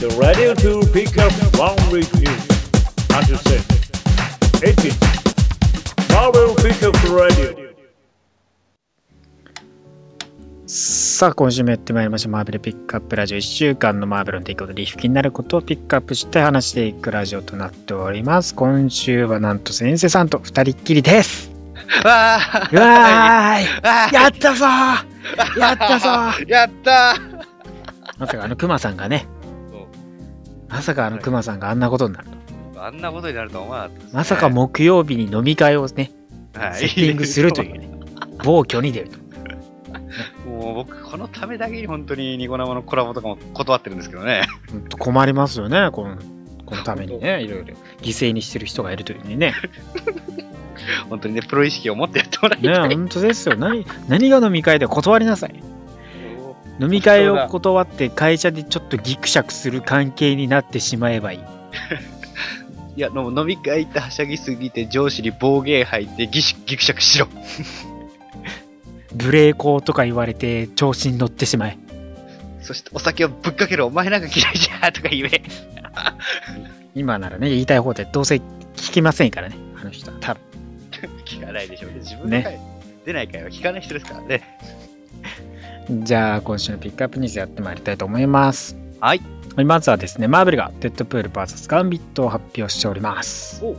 The radio to pick up one with you. Until then, 18. Marvel Pickup Radio. さあ、今週もやってまいりました。マーベルピックアップラジオ。1週間のマーベルの出来事で気になることをピックアップして話していくラジオとなっております。今週はなんと先生さんと二人っきりです。わうわーいあやったぞーやったぞーやったーまさかあのクマさんがねそ、まさかあのクマさんがあんなことになると。あんなことになるとは思わなかったですね、まさか木曜日に飲み会をね、はいセッティングするというね、暴挙に出ると。もう僕、このためだけに本当にニコ生のコラボとかも断ってるんですけどね。ほんと困りますよね、このこのためにね、いろいろ犠牲にしてる人がいるというね。本当にね、プロ意識を持ってやってもらいねたい。本当ですよ。何、何が飲み会で断りなさい。も飲み会を断って会社でちょっとギクシャクする関係になってしまえばいい。ういや、もう飲み会行ってはしゃぎすぎて上司に暴言吐いてギシギクシャクしろ。無礼講とか言われて調子に乗ってしまえ。そしてお酒をぶっかけるお前なんか嫌いじゃんとか言え。今ならね、言いたい放題どうせ聞きませんからね、あの人は。多分聞かないでしょうね。自分の会、出ない会は聞かない人ですからね。じゃあ今週のピックアップニュースやってまいりたいと思います。はい。まずはですね、マーベルがデッドプール VS ガンビットを発表しております。お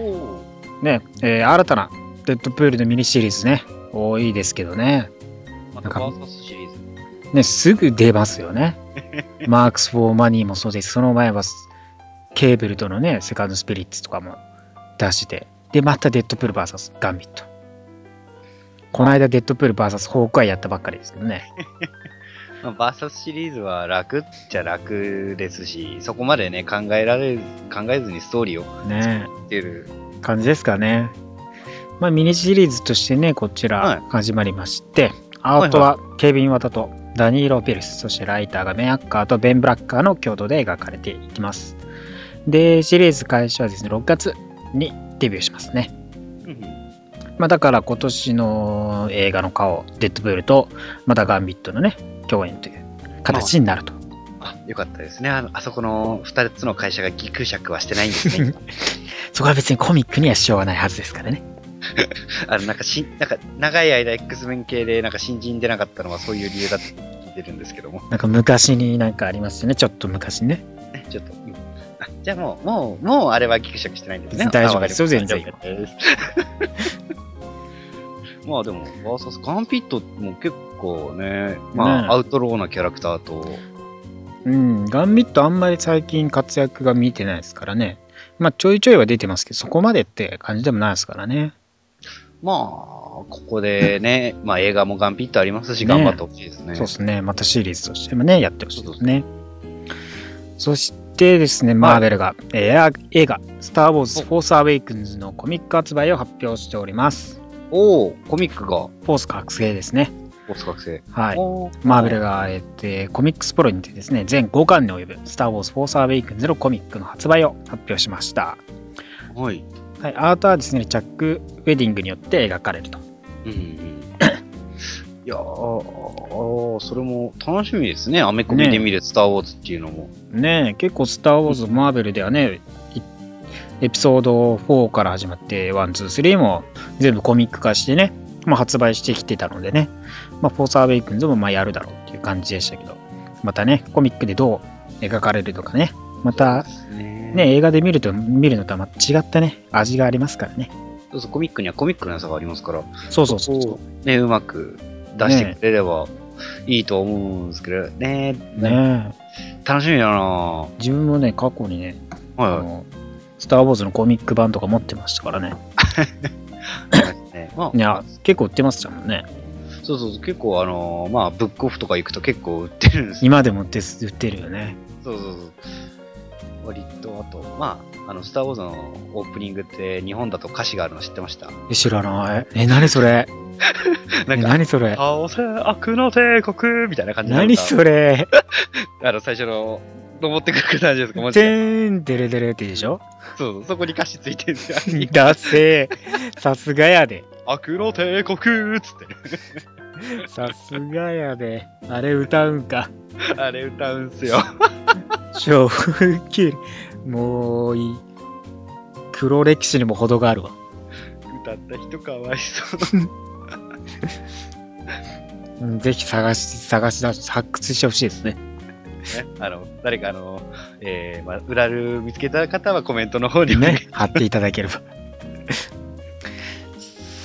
おね、えー新たなデッドプールのミニシリーズね、多いですけどね。またなんかバーサスシリーズ。ね、すぐ出ますよね。マークス・フォー・マニーもそうです。その前はケーブルとのね、セカンド・スピリッツとかも出して。で、またデッドプール VS ガンビット。この間デッドプール VS ホークアイやったばっかりですけどね。まあ、バーサスシリーズは楽っちゃ楽ですし、そこまでね、考えられず、考えずにストーリーをねっていう、感じですかね。まあ、ミニシリーズとしてね、こちはらい始まりまして、アートはケビン・ワタとダニーロ・ピルス、そしてライターがメン・アッカーとベン・ブラッカーの共同で描かれていきます。で、シリーズ開始はですね、6月にデビューしますね。まあ、だから今年の映画の顔、デッドプールと、またガンビットのね、共演という形になると。あ、よかったですね。あの、あそこの二つの会社がギクシャクはしてないんですね。そこは別にコミックにはしようがないはずですからね。あの、なんかしん、なんか、長い間 X メン系で、なんか新人出なかったのはそういう理由だって聞いてるんですけども。なんか昔になんかありますよね、ちょっと昔にね。ねちょっと、うんあじゃあもう、もう、もうあれはギクシャクしてないんですね。大丈夫ですよあ全然。わかりました まあでも、バーサス、ガンピットも結構ね、まあ、ねアウトローなキャラクターと、うん、ガンビットあんまり最近活躍が見てないですからね。まあちょいちょいは出てますけど、そこまでって感じでもないですからね。まあ、ここでね、まあ映画もガンピットありますし、ね頑張ってほしいですね。そうですね。またシリーズとしてもね、やってほしいですね。そしてですね、マーベルが、えー映画、スター・ウォーズ・フォース・アウェイクンズのコミック発売を発表しております。おおコミックが、フォース覚醒ですね。オス学生。はい。おーマーベルが、えーとコミックスプロにてですね、全5巻に及ぶ、スター・ウォーズ・フォース・アウェイクンズのコミックの発売を発表しました。はい。はい、アートはですね、チャック・ウェディングによって描かれると。うんうん。いやーあー、それも楽しみですね。アメコミで見るスター・ウォーズっていうのも。ねえ結構「スター・ウォーズ」マーベルではねいエピソード4から始まって123も全部コミック化してね、まあ、発売してきてたのでね「まあ、フォース・アウェイクンズ」もまあやるだろうっていう感じでしたけどまたねコミックでどう描かれるとかねまたねね映画で見ると見るのとはまた違ったね味がありますからねそうそう、コミックにはコミックの良さがありますから、そうそうそうそうね、うまく出してくれればいいと思うんですけど、ねねえ楽しみだな自分もね過去にねぁ。あはいのスター・ウォーズのコミック版とか持ってましたからね。はい。 ねまあいや、結構売ってましたもんね。そうそうそう、結構あのーまあ、ブックオフとか行くと結構売ってるんですよ 今でも売って売ってるよね。そうそうそう。割と、あと、まあ、あの、スター・ウォーズのオープニングって日本だと歌詞があるの知ってました え知らない。え、何それえなんか、何それ倒せ悪の帝国みたいな感じの何それあの、最初の、登ってくる感じですか、マジで。てんでれでれってでしょそうそう、そこに歌詞ついてるんですよ。 だせーさすがやで。悪の帝国っつって。さすがやで。あれ歌うんか。あれ歌うんすよ。超きゅうり。もういい。黒歴史にも程があるわ。歌った人かわいそう。うんぜひ探し、探し出し、発掘してほしいですね。ね、あの、誰かあの、えー、まあ、裏ル見つけた方はコメントの方にね。ね、 貼っていただければ。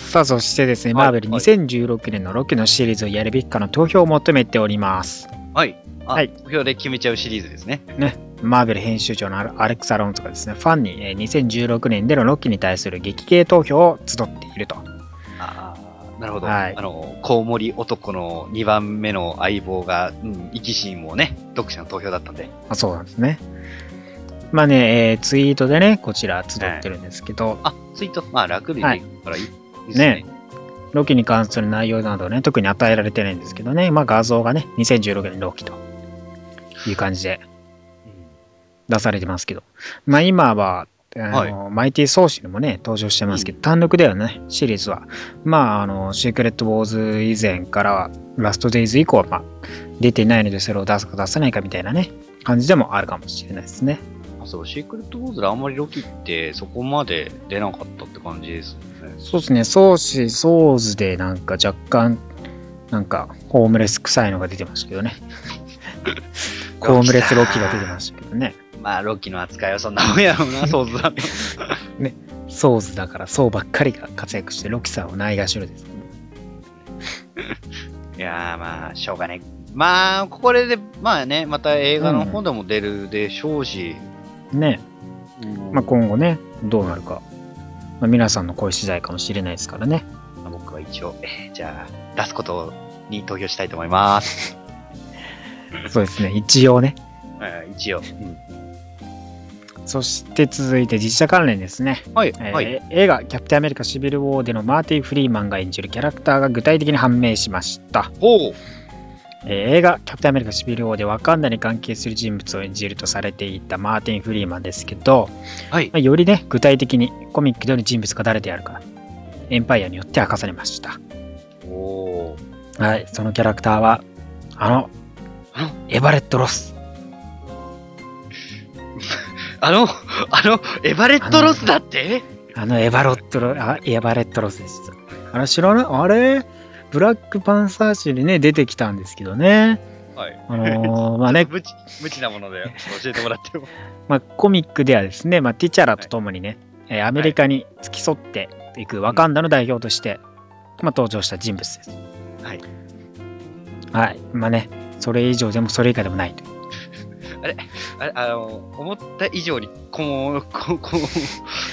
さあ、そしてですね、はいマーベルはい2016年のロケのシリーズをやるべきかの投票を求めております。はい。あ、はい投票で決めちゃうシリーズですね。マーベル編集長のアレアレクサ・ロンズがですね、ファンにえー2016年でのロッキーに対する激励投票を集っていると。ああ、なるほど。はいあの、コウモリ男の2番目の相棒が、うん、生きシーンもね、読者の投票だったんで。あそうなんですね。まあね、えーツイートでね、こちら集ってるんですけど、あ、ツイート、まあ、楽ではでいきるからいいですね。ねロキに関する内容などね、特に与えられてないんですけどね、まあ画像がね、2016年ロキという感じで出されてますけど、まあ今は、あのマイティソーシにもね、登場してますけど、単独ではね、シリーズは、まあ、あの、シークレット・ウォーズ以前からは、ラスト・デイズ以降は、まあ、出ていないので、それを出すか出さないかみたいなね、感じでもあるかもしれないですね。うんあそう、シークレット・ウォーズであんまりロキってそこまで出なかったって感じですよね。そうですね、ソーシ、ソーズでなんか若干、なんか、ホームレス臭いのが出てましたけどね。 ホームレスロッキーが出てましたけどね。まあ、ロキの扱いはそんなもんやろうな、想 像だと。ソーズだから、そうばっかりが活躍して、ロキさんをないがしろです。いやーまあ、しょうがねえ。まあ、これで、まあね、また映画の方でも出るでしょうし、ね。うんまあ、今後ね、どうなるか、まあ、皆さんの声次第かもしれないですからね。僕は一応、えーじゃあ、出すことに投票したいと思います。そうですね、一応ね。はい一応。そして続いて実写関連ですね、はい、えーはい。映画「キャプテンアメリカシビル・ウォー」でのマーティ・フリーマンが演じるキャラクターが具体的に判明しました、ほうえー映画「キャプテンアメリカシビル・ウォー」でワカンダに関係する人物を演じるとされていたマーティン・フリーマンですけど、はいま。あよりね具体的にコミックでの人物が誰であるかエンパイアによって明かされましたおーはいそのキャラクターはあのあエバレット・ロスあの、あの、エバレット・ロスだってあのエバロットロあエバレットロスです。あれ知らないあれブラックパンサー誌にね出てきたんですけどね。はい。あ のーまあね、無知、無知なもので教えてもらっても。まあ、コミックではですね、まあ、ティチャラと共にね、えーアメリカに付き添っていくワカンダの代表として、まあ、登場した人物です。はい。はい。まあね、それ以上でもそれ以下でもないと。 あれ、あの、思った以上に、こう、こう、こう、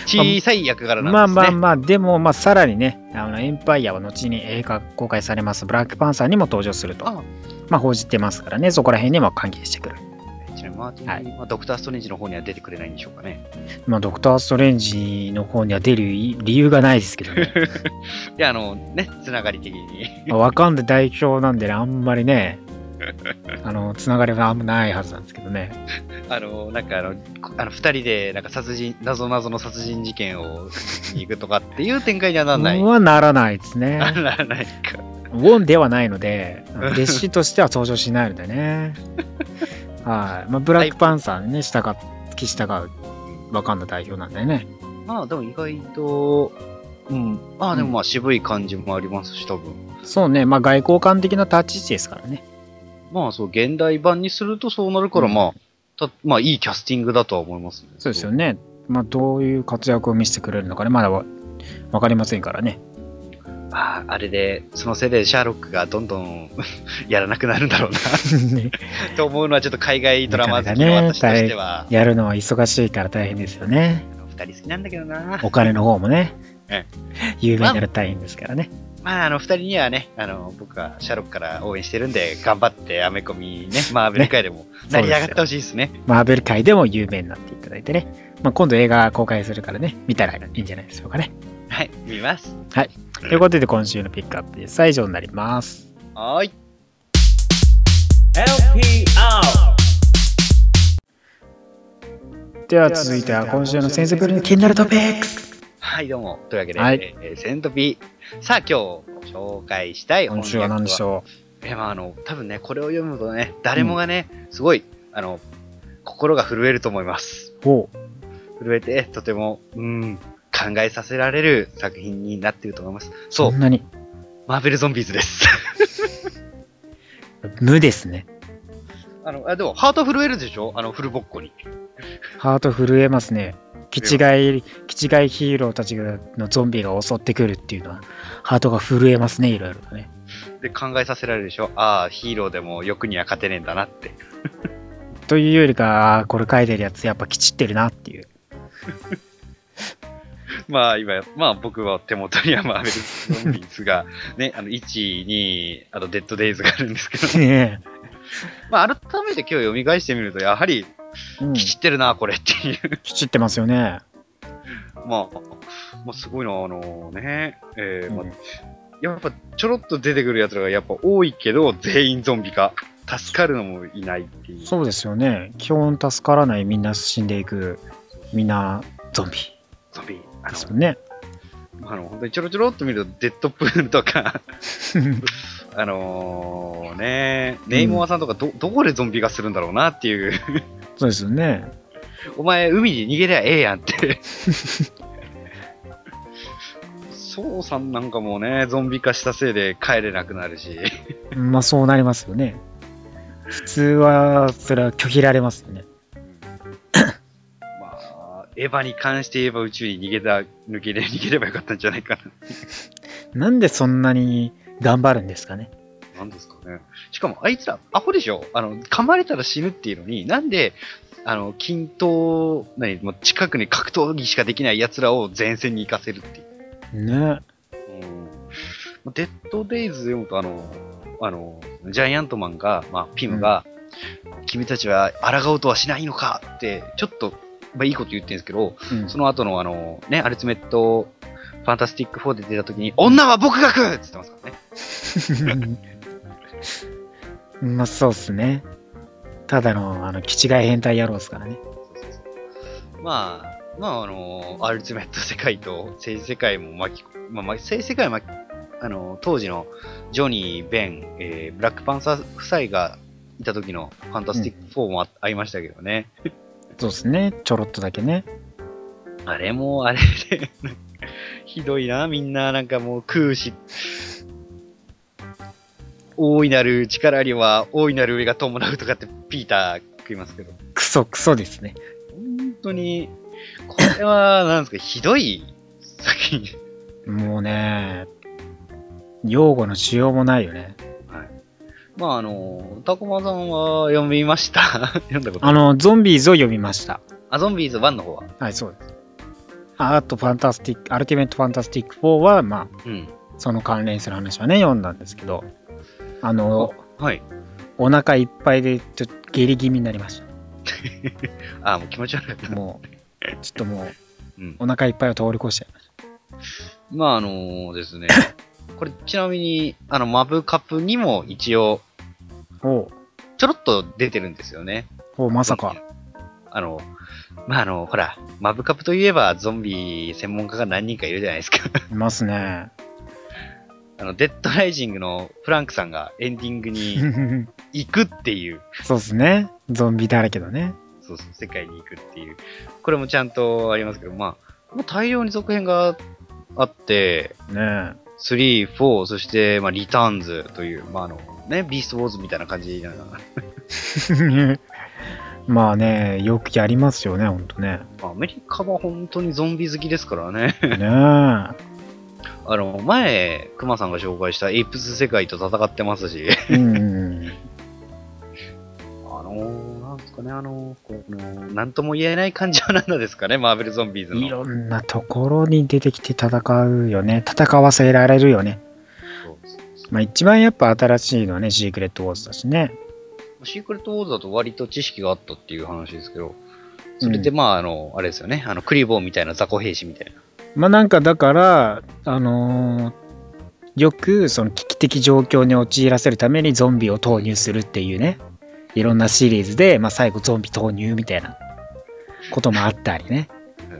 小さい役柄まなあんですね。まあまあ、でも、まあ、さらにね、あのエンパイアは後に映画公開されますブラックパンサーにも登場すると、あまあ、報じてますからね、そこら辺にも関係してくる。ちなみにマーティン、はいまあ、ドクター・ストレンジの方には出てくれないんでしょうかね。まあ、ドクター・ストレンジの方には出る理由がないですけど ね。いや、あの、ね、つながり的に。まあ、ワカンダ代表なんでね、あんまり ね、あの、つながりはあんまないはずなんですけどね。あの、なんかあの、こあの二人で、なんか殺人、謎々の殺人事件をに行くとかっていう展開にはならない。はならないですなね。らないか。ウォンではないので、弟子としては登場しないので ね。はい。まあ、ブラックパンサーにね、従っ、き従うワカンダ代表なんでね。まあ、でも意外と、うん。まあ、でもまあ、渋い感じもありますし、多分。そうね、まあ、外交官的な立ち位置ですからね。まあ、そう、現代版にするとそうなるから、うんまあ、たまあ、いいキャスティングだとは思いますね。そうですよね。まあ、どういう活躍を見せてくれるのかね、まだわわかりませんから ね。ああ、あれで、そのせいでシャーロックがどんどん やらなくなるんだろうな。ねと思うのはちょっと海外ドラマ好きの私としては、やるのは忙しいから大変ですよね。二人好きなんだけどな。お金の方もねえ、有名になると大変ですからね。まあ、あの、二人にはね、あの、僕はシャーロックから応援してるんで、頑張ってアメコミ ね、マーベル界でも、成り上がってほしいですね。マーベル界でも有名になっていただいてね。まあ、今度映画公開するからね、見たらいいんじゃないでしょうかね。はい、見ます。ということで、今週のピックアップです。以上になります。はーい。 LPR では続いては今週の先生ブルーの気になるトピックス。はい、どうも。というわけで、はいえーセントピー。さあ、今日紹介したい今週は何でしう。ょえーまあ、あの、多分ね、これを読むとね、誰もがね、すごい、あの、こ心が震えると思います。おう震えて、とても、うん、考えさせられる作品になっていると思います。そそんう、なにマーベルゾンビーズです。無ですね。 あの、あでも、ハート震えるでしょあの、フルボッコに。ハート震えますね。気違い、気違いヒーローたちがのゾンビが襲ってくるっていうのは、ハートが震えますね、いろいろとね。で、考えさせられるでしょああ、ヒーローでも欲には勝てねえんだなって。というよりか、あーこれ書いてるやつやっぱきちってるなって いう。まあ今、まあ僕は手元にはマーベルゾンビーズ が、ね、あの、1、2、あとデッドデイズがあるんですけど、ねまあ改めて今日読み返してみると、やはり、えうん、きちってるな、これっていう。 きちってますよね。まあ、まあすごいな、あのね、えーまあうんやっぱちょろっと出てくる奴らがやっぱ多いけど、全員ゾンビ化。助かるのもいないっていう。そうですよね。基本助からない、みんな死んでいく、みんなゾンビゾンビ。あでのすもんね。あの、本当にちょろちょろっと見ると、デッドプールとか、あのー、ね、ネイモアさんとかど、どこでゾンビ化するんだろうなっていう。そうですよね。お前、海に逃げりゃええやんって。そうさんなんかもうね、ゾンビ化したせいで帰れなくなるし。まあそうなりますよね。普通は、それは拒否られますよね。まあ、エヴァに関して言えば宇宙に逃げた、抜けれ、逃げればよかったんじゃないかな。なんでそんなに頑張るんですかね。なんですかね。しかも、あいつら、アホでしょあの、噛まれたら死ぬっていうのに、なんで、あの、均等、何、もう近くに格闘技しかできない奴らを前線に行かせるっていう。ねうんデッドデイズ読むと、あの、あの、ジャイアントマンが、まあ、ピムが、君たちは抗うとはしないのかって、ちょっと、まあ、いいこと言ってるんですけど、うんその後の、あの、ね、アルティメット、ファンタスティック4で出た時に、女は僕が食うって言ってますからね。まあそうっすね。ただの、あの、気違い変態野郎ですからね。まあ、まあ、あの、アルティメット世界と政治世界も巻き、まあ、まあ政治世界は巻き、あの、当時のジョニー、ベン、えーブラックパンサー夫妻がいた時のファンタスティック4もあ,、りましたけどね。そうっすね。ちょろっとだけね。あれも、あれで、なんかひどいな、みんな、なんかもう食うし、大いなる力よりは大いなる上が伴うとかってピーター食いますけど、クソクソですね。本当に、これは、なんですか、ひどい作品。もうね、用語のしようもないよね。まああの、タコマさんは読みました 読んだことあの、ゾンビーズを読みました。あ、ゾンビーズ1の方は。はい、そうです。ああと、ファンタスティック、アルティメットファンタスティック4は、まあ、うん。その関連する話はね、読んだんですけど、あの、はい。お腹いっぱいで、ちょっと下痢気味になりましあ、もう気持ち悪かった た。。もう、ちょっともう、うん。お腹いっぱいを通り越しちゃいましまああのです ね。これちなみに、あの、マブカップにも一応、た。おう、ちょろっと出てるんですよね。おうまさか。。あの、まああの、ほら、マブカップといえばゾンビ専門家が何人かいるじゃないですか。 いますね。あの、デッドライジングのフランクさんがエンディングに行くっていう。そうですね。ゾンビだらけだね。そうそう、世界に行くっていう。これもちゃんとありますけど、まあ、もう大量に続編があって、ね3、4、そして、まあ、リターンズという、まあ、あの、ね、ビーストウォーズみたいな感じなのかな。え。まあね、よくやりますよね、ほんとね。まあアメリカは本当にゾンビ好きですからね。 ねえ。あの、前、クマさんが紹介したエイプス世界と戦ってますし、うん。あのなんですかね、あのこの、なんとも言えない感情なんですかね、マーベルゾンビーズいろの。んなところに出てきて戦うよね。戦わせられるよね。そうそうそうまあ一番やっぱ新しいのはね、シークレットウォーズだしね。シークレットウォーズだと割と知識があったっていう話ですけど、それでまあ、あの、あれですよね、あの、クリボーみたいな雑魚兵士みたいな。まあなんかだから、あのーよくその危機的状況に陥らせるためにゾンビを投入するっていうね、いろんなシリーズで、まあ最後ゾンビ投入みたいなこともあったりねうん。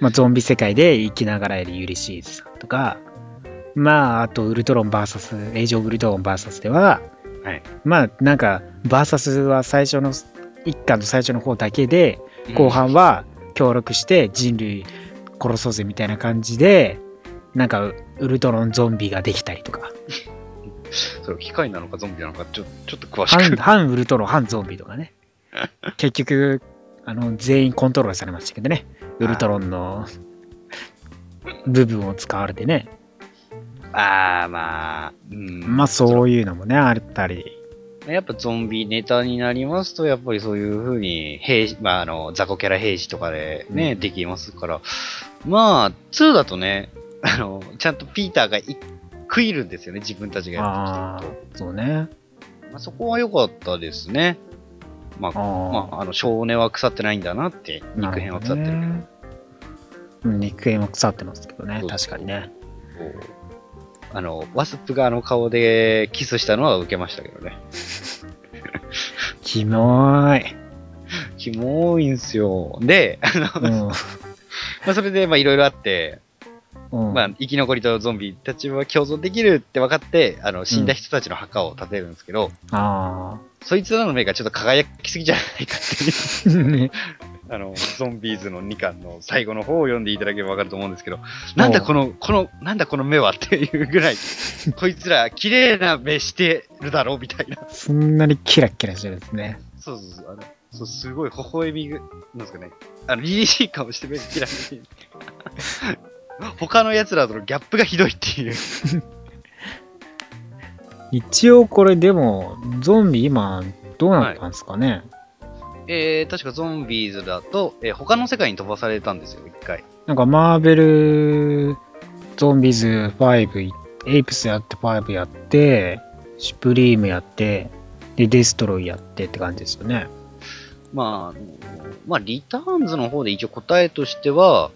まあゾンビ世界で生きながらえるユリシーズさんとか、まああとウルトロン VS、エイジオブウルトロン VS では、はいまあなんか VS は最初の1巻の最初の方だけで、後半は協力して人類殺そうぜみたいな感じで、なんかウウルトロンゾンビができたりとか、それ機械なのかゾンビなのか、ちょちょっと詳し 反く。反ウルトロン、反ゾンビとか ね。結局、あの全員コントロールされましたけどね、ウルトロンの部分を使われてね、ああ、まあ、うん。まあそういうのもね、あったり、やっぱゾンビネタになりますと、やっぱりそういうふうに、兵士、まあ、あの、雑魚キャラ兵士とかでね、うんできますから、まあ、2だとね、あの、ちゃんとピーターがい食いるんですよね、自分たちがあやってきてるあ、そうね。と。まあ、そこは良かったですね。まあ、まああ、あの、少年は腐ってないんだなって、あ、肉片は腐ってるけど。なほどねうん肉片は腐ってますけどねそ、う確かにね。こうあの、ワスプがあの顔でキスしたのは受けましたけどね。キモ ーい。キモいんすよ。で、 あの、うまんあ、それで、まあ、いろいろあって、うんまあ、生き残りとゾンビたちは共存できるって分かって、あの死んだ人たちの墓を建てるんですけど、あそいつらの目がちょっと輝きすぎじゃないかっていうー あの、ゾンビーズの2巻の最後の方を読んでいただければ分かると思うんですけど、なんだこの、この、なんだこの目はっていうぐ らい、こいつら綺麗な目してるだろうみたいな。そんなにキラキラしてるんですね。そうそうそう、あの、そうすごい微笑みが、なんですかね、あの、凛々しい顔して目がキラキラしてる他の奴らとのギャップがひどいっていう。一応これでも、ゾンビ今、どうなったんですかね、えー、確かゾンビーズだと、えー他の世界に飛ばされたんですよ、一回。なんかマーベル、ゾンビズ5、エイプスやって5やって、シュプリームやって、で、デストロイやってって感じですよね。まああの、まあ、リターンズの方で一応答えとしては、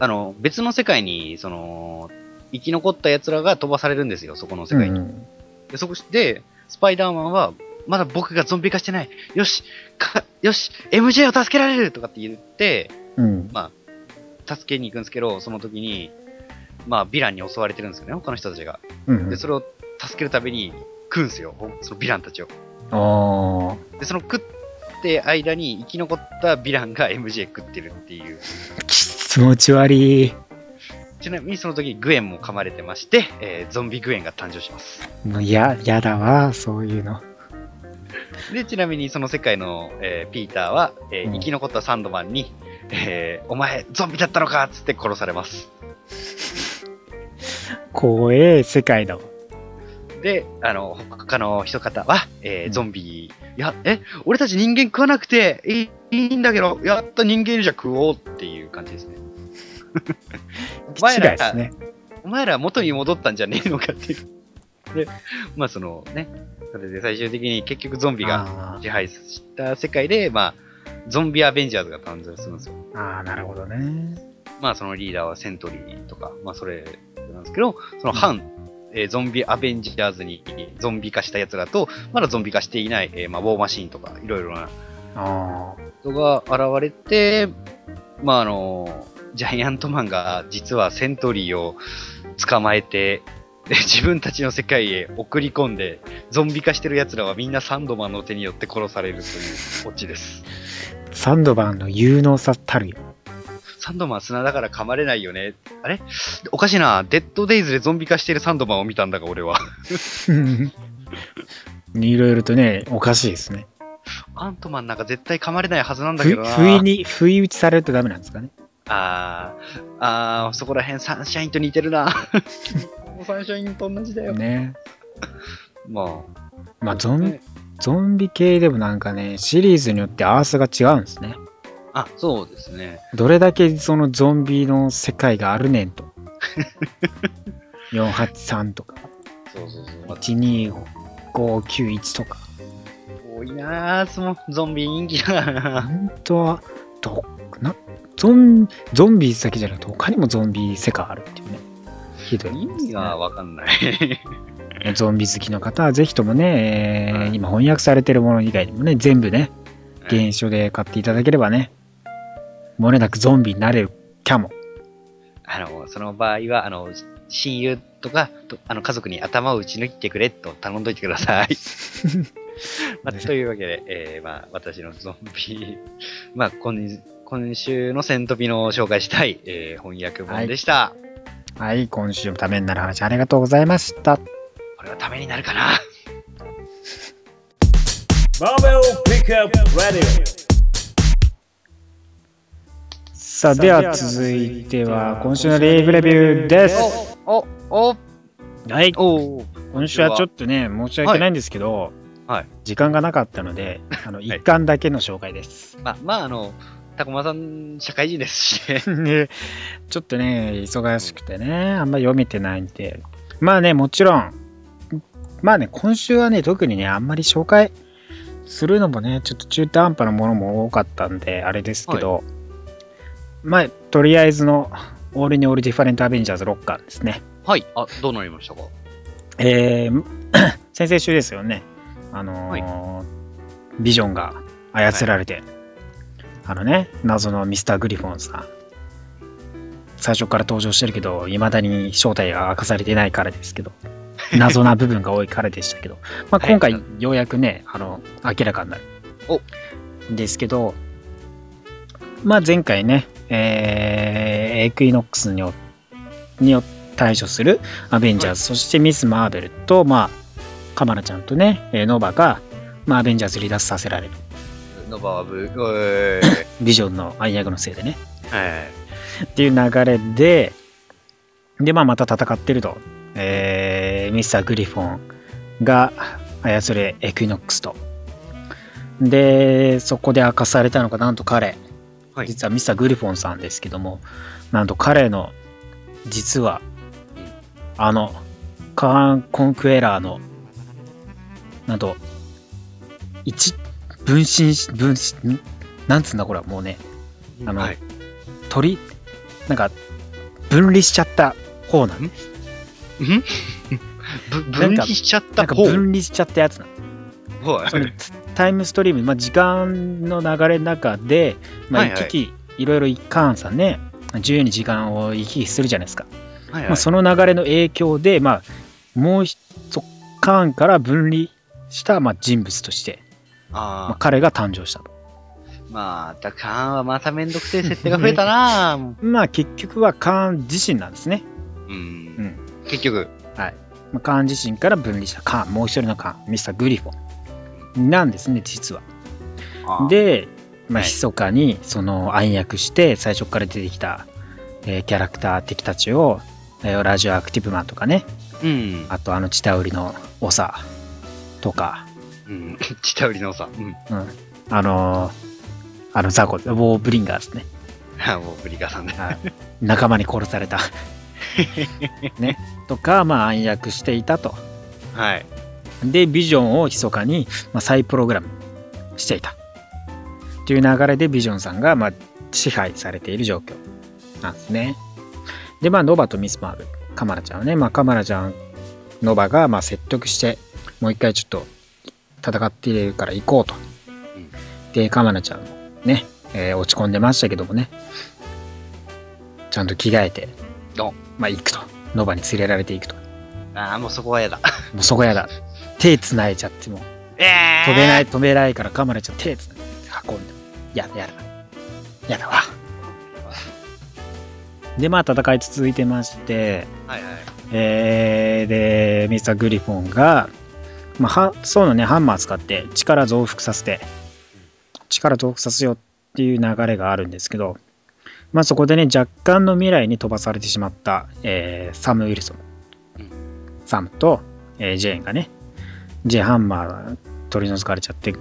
あの、別の世界に、その、生き残った奴らが飛ばされるんですよ、そこの世界に。うんで、そこで、スパイダーマンは、まだ僕がゾンビ化してない。よし、か、よし、MJ を助けられるとかって言って、うん。助けに行くんですけど、その時に、まあ、ヴィランに襲われてるんですよね、他の人たちが。うん。で、それを助けるために、食うんですよ、そのヴィランたちを。あで、その食って間に生き残ったヴィランが MJ 食ってるっていう。あ、気持ち悪い。ちなみにその時グエンも噛まれてまして、えーゾンビグエンが誕生します。もうや、やだわ、そういうの。で、ちなみにその世界の、えーピーターは、えーうん生き残ったサンドマンに、えーお前、ゾンビだったのかっつって殺されます。怖え世界だわ。で、あの、他の一方は、えーうんゾンビ、いや、え、俺たち人間食わなくていいいいんだけど、やった人間いるじゃん食おうっていう感 じですね。お前違いらですね。お前ら元に戻ったんじゃねえのかっていう。で、まあそのね、それで最終的に結局ゾンビがあー支配した世界で、まあ、ゾンビアベンジャーズが誕生するんですよ。あー、なるほどね。まあそのリーダーはセントリーとか、まあそれなんですけど、その反、えーゾンビアベンジャーズにゾンビ化した奴らと、まだゾンビ化していない、えーまあウォーマシーンとか、いろいろなああ、人が現れて、まああの、ジャイアントマンが実はセントリーを捕まえて、で自分たちの世界へ送り込んで、ゾンビ化してる奴らはみんなサンドマンの手によって殺されるというオチです。サンドバンの有能さた るよ。サンドマン砂だから噛まれないよね。あれおかしいな。デッドデイズでゾンビ化してるサンドマンを見たんだが、俺は。いろいろとね、おかしいですね。アントマンなんか絶対噛まれないはずなんだふけどな。不意に、不意打ちされるとダメなんですかね。あー、あー、そこら辺サンシャインと似てるな。もうサンシャインと同じだよ。ね。まあ。まあ、ゾンね、ゾンビ系でもなんかね、シリーズによってアースが違うんですね。あ、そうですね。どれだけそのゾンビの世界があるねん と。483とか、そうそうそう。まあ、 12591とか。多いなー、そのゾンビ人気だな。本当はどなゾンゾンビだけじゃなくて他にもゾンビ世界あるっていうねひどい意もんです味ねがわかんない。ゾンビ好きの方はぜひともね、えーうん今翻訳されてるもの以外にもね全部ね原書で買っていただければね漏れなくゾンビになれるかもあの、その場合は、あの、親友とか、とあの家族に頭を打ち抜いてくれと頼んどいてください。まあ、というわけで、えーまあ、私のゾンビ、まあ、今今週のセントピの紹介したい、えー翻訳本でした。はい、今週もためになる話ありがとうございました。これはためになるかな Marvel Pickup Radio. さあ、では続いては、今週のリーグレビューです。お、お、はい、お、今週はちょっとね、申し訳ないんですけど、はい時間がなかったの で、あの、一巻だけの紹介です。 まあ、まあ、あの、たこまさん、社会人ですしね。でちょっとね、忙しくてね、あんまり読めてないんで。まあね、もちろん、まあね、今週はね、特にね、あんまり紹介するのもね、ちょっと中途半端なものも多かったんで、あれですけど、まあ、とりあえずの、オールにオールディファレントアベンジャーズ6巻ですね。はい、あ、どうなりましたかえー先々週ですよね、あのービジョンが操られて、あのね、謎のミスター・グリフォンさん、最初から登場してるけど、いまだに正体が明かされてないからです けど、謎な部分が多いからでしたけど、まあ、はい今回、ようやくね、あの明らかになる。おですけど、まあ、前回ね、えーエクイノックスによによって対処するアベンジャーズ、そしてミス・マーベルと、まあ、カマラちゃんとね、えーノバが、まあ、アベンジャーズ離脱させられる。ノバはブ、えビジョンの暗躍のせいでね。ー、はい。っていう流れで、で、まあ、また戦ってると。えーミスター・グリフォンが操れ、エクイノックスと。で、そこで明かされたのが、なんと彼、はい実はミスター・グリフォンさんですけども、なんと彼の、実は、あの、カーン・コンクエラーの、なんと、一、分身し、分身、んなんつうんだこれはもうね、あのはい、取りなんか分離しちゃった方なんですぶなん分か離しちゃっなたんか方分離しちゃったやつなんですはいそのタイムストリーム、まあ、時間の流れの中で、まあ、はいはい行き来、いろいろ一貫さんね自由に時間を行き来するじゃないですか、はいはいまあ、その流れの影響で、まあ、もう一つカーンから分離した、まあ、人物として、まあ、あ彼が誕生したとーまあ、たかんはまためんどくせえ設定が増えたなあまあ結局はカーン自身なんですね、う。うんん結局、まあ、カーン自身から分離したカーンもう一人のカーンミスター・グリフォンなんですね実はあー、で、まあ、はい密かにその暗躍して最初から出てきた、えーキャラクター敵たちを、えーラジオアクティブマンとかねうん。あとあのチタウリの長とか、うん。 ちたうりのさん。うん。 うん、あのーあのザコウォーブリンガーですねあもうブリカさんね。はい 仲間に殺され たねとか、まあ、暗躍していたとはい。でビジョンを密かに、まあ、再プログラムしていたという流れでビジョンさんが、まあ、支配されている状況なんですねでまあノバとミス・マーブカマラちゃんはね、まあ、カマラちゃんノバが、まあ、説得してもう一回ちょっと戦っているから行こうと、うんでカマラちゃんもね、えー落ち込んでましたけどもねちゃんと着替えておまあ、行くとノバに連れられていくとああ、もうそこは やだ。もうそこやだ手つないじゃってもうええ飛べない。飛べないからカマラちゃん手つないで運んでやだやだやだわでまあ戦い続いてましてはいはい。えーでミスター・グリフォンが、まあ、はそうのねハンマー使って力増幅させて力増幅させようっていう流れがあるんですけどまあそこでね若干の未来に飛ばされてしまった、えーサム・ウィルソンうんサムと、えージェーンがねジェーンハンマー取り除かれちゃって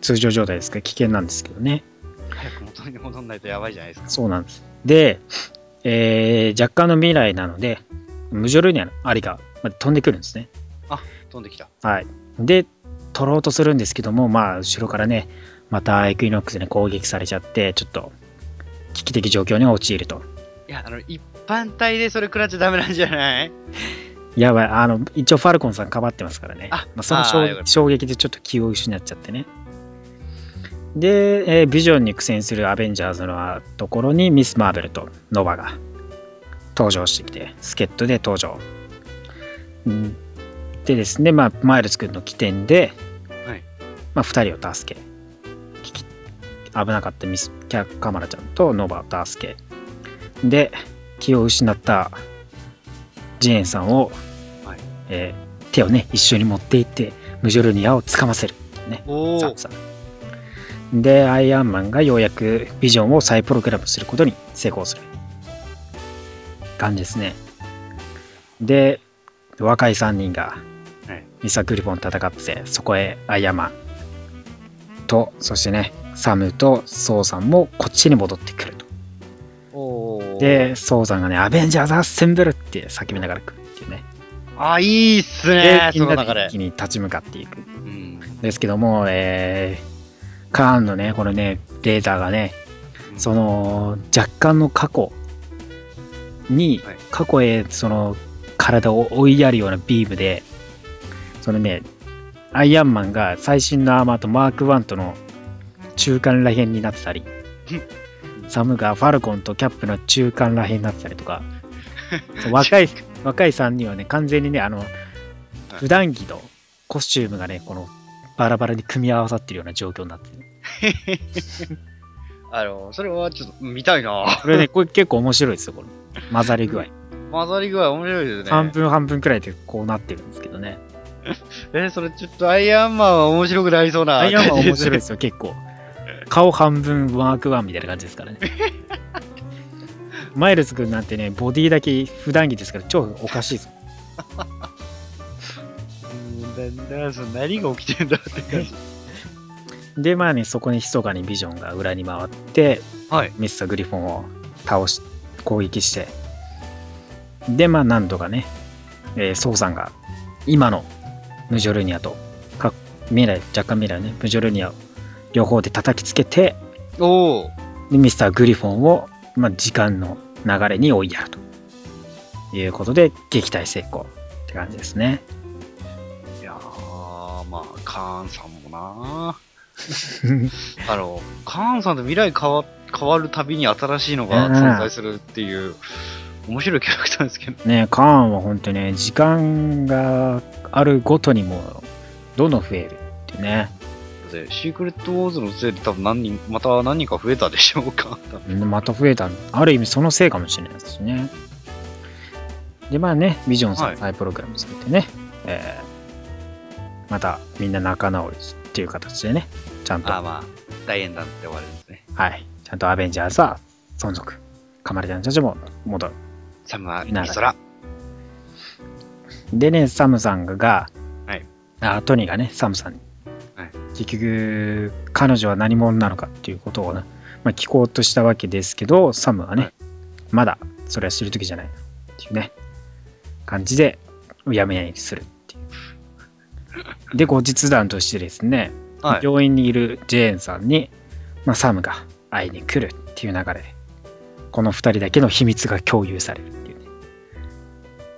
通常状態ですから危険なんですけどね早く元に戻んないとやばいじゃないですか。そうなんです。で、えー若干の未来なので、ムジョルニアのアリがまあ飛んでくるんですね。飛んできた。はい。で、取ろうとするんですけども、まあ、後ろからね、またエクイノックスに攻撃されちゃって、ちょっと危機的状況に陥ると。いや、あの、一般体でそれ食らっちゃダメなんじゃないやばい、あの、一応ファルコンさんかばってますからね。あまあ、そのあーよかっ衝た衝撃でちょっと気を失っちゃってね。で、えービジョンに苦戦するアベンジャーズのところにミス・マーベルとノバが登場してきて、助っ人で登場。うんでですね、まあ、マイルス君の起点で、はいまあ、2人を助け危機危なかったミスキャカマラちゃんとノバを助けで気を失ったジェーンさんを、はいえー手をね一緒に持っていってムジョルニアをつかませるねおサおム。さんでアイアンマンがようやくビジョンを再プログラムすることに成功する感じですねで若い3人がはいミサ・グリフォン戦ってそこへアイアンマンとそしてねサムとソウさんもこっちに戻ってくるとおお。でソウさんがね「アベンジャーズ・アッセンブル!」って叫びながら来るっていうねあ、いいっすねで、そみんのな流でれ一。気に立ち向かっていくうん。ですけども、えー、カーンのね、このね、データがね、その、若干の過去にはい、過去へ、その、体を追いやるようなビームで、そのね、アイアンマンが最新のアーマーとマーク1との中間らへんになってたり、サムがファルコンとキャップの中間らへんになってたりと か、そう若い、若いさんにはね、完全にね、あの、普段着とコスチュームがね、このバラバラに組み合わさってるような状況になってる。あの、それはちょっと見たいな。 これね、これ結構面白いですよ、この混ざり具合。混ざり具合面白いですね。半分半分くらいでこうなってるんですけどね。え、それちょっとアイアンマンは面白くなりそうな。アイアンマン面白いですよ、結構。顔半分ワークワンみたいな感じですからね。マイルズ君なんてね、ボディだけ普段着ですから超おかしいです。うんだだその何が起きてんだって感じ。で、まあね、そこに密かにビジョンが裏に回って、はい。ミスター・グリフォンを倒し攻撃してでまあ何度かね、えー、ソウさんが今のムジョルニアとか未来若干未来ねムジョルニアを両方で叩きつけておお。でミスター・グリフォンを、まあ、時間の流れに追いやるということで撃退成功って感じですねいやー、まあ、カーンさんもな。あの、カーンさんと未来変わ変わるたびに新しいのが存在するっていう、面白いキャラクターですけど。ねカーンは本当ね時間があるごとにもうどんどん増えるってねで、シークレットウォーズのせいで多分何人、また何人か増えたでしょうか。うんまた増えたある意味そのせいかもしれないですねでまあねビジョンさはんい再プログラムされてね、えーまたみんな仲直りっていう形でねちゃんとあーまあ、大演談って終わりですね。はいちゃんとアベンジャーズは存続カマレちゃんたちも戻るサムはなイるソラ。でねサムさんがが、はいあトニーがねサムさんに、はい結局彼女は何者なのかっていうことをね、まあ、聞こうとしたわけですけどサムはね、はいまだそれは知る時じゃないっていうね感じでうやむやにするっていうで後日談としてですね、はい。病院にいるジェーンさんに、まあ、サムが会いに来るっていう流れでこの2人だけの秘密が共有されるっていうね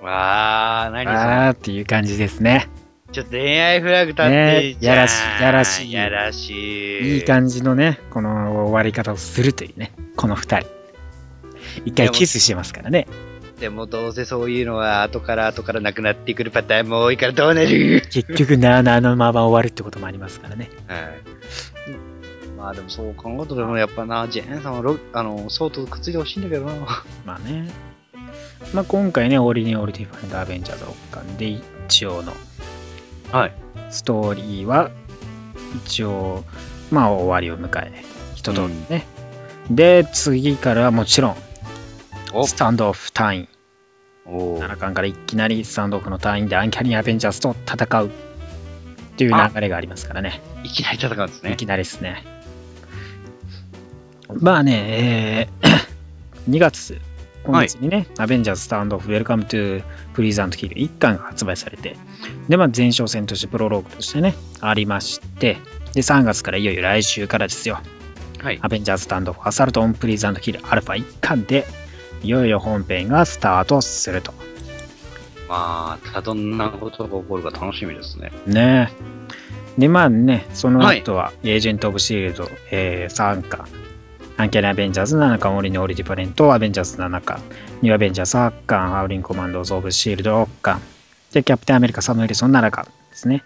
わー、何それ。あーっていう感じですねちょっと恋愛フラグ立ってねじゃんやらしいやらしいやらしい。いい感じのね、この終わり方をするというね、この二人。一回キスしてますからね。でもどうせそういうのは後から後からなくなってくるパターンも多いからどうなる、結局、なあなあのまま終わるってこともありますからね。 はい、まあでもそう考えたらやっぱな、ジェーンさんはロあの、そうとくっついてほしいんだけどな。まあね。まあ今回ね、オリニオリティファンドアベンジャーズ6巻で一応のはい。ストーリーは、一応、まあ終わりを迎え、一通りね。で、次からはもちろん、おスタンドオフ隊員。お7巻からいきなりスタンドオフの隊員でアンキャニーアベンジャーズと戦うっていう流れがありますからね。いきなり戦うんですいね。きなりですね。まあね、えー 2月、今月にね、アベンジャーズスタンドオフウェルカムトゥプリーザントキル1巻が発売されて、で、まあ、前哨戦としてプロローグとしてね、ありまして、で、3月からいよいよ来週からですよ、はい。アベンジャーズスタンドオフアサルトオンプリーザントキルアルファ1巻で、いよいよ本編がスタートすると。まあ、ただどんなことが起こるか楽しみですね。ねえ。で、まあね、その後は、エージェント・オブ・シールド、えー3巻、アンキャリア・ベンジャーズ7巻、オリのオリ・ディパレント、アベンジャーズ7巻、ニュー・アベンジャーズ8巻、ハウリング・コマンドーズ・オブ・シールド6巻、で、キャプテン・アメリカ・サム・ウィルソン7巻ですね。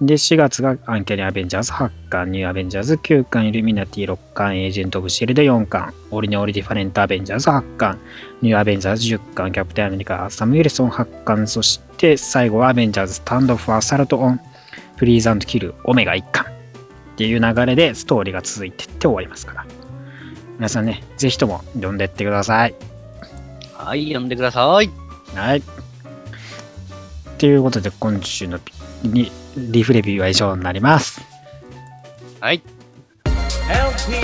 で、4月がアンキャリーアベンジャーズ、8巻ニューアベンジャーズ、9巻イルミナティ、6巻エージェント・オブ・シールド、4巻オリネ・オリ・ディファレント・アベンジャーズ、8巻ニューアベンジャーズ、10巻キャプテン・アメリカ、サム・ウィルソン、8巻そして最後はアベンジャーズ、スタンド・オフ・アサルト・オン、フリーザンド・キル、オメガ1巻っていう流れでストーリーが続いてって終わりますから。皆さんね、ぜひとも読んでってください。はい、読んでください。はい。ということで、今週のピにリーフレビューは以上になります。はい。 LPR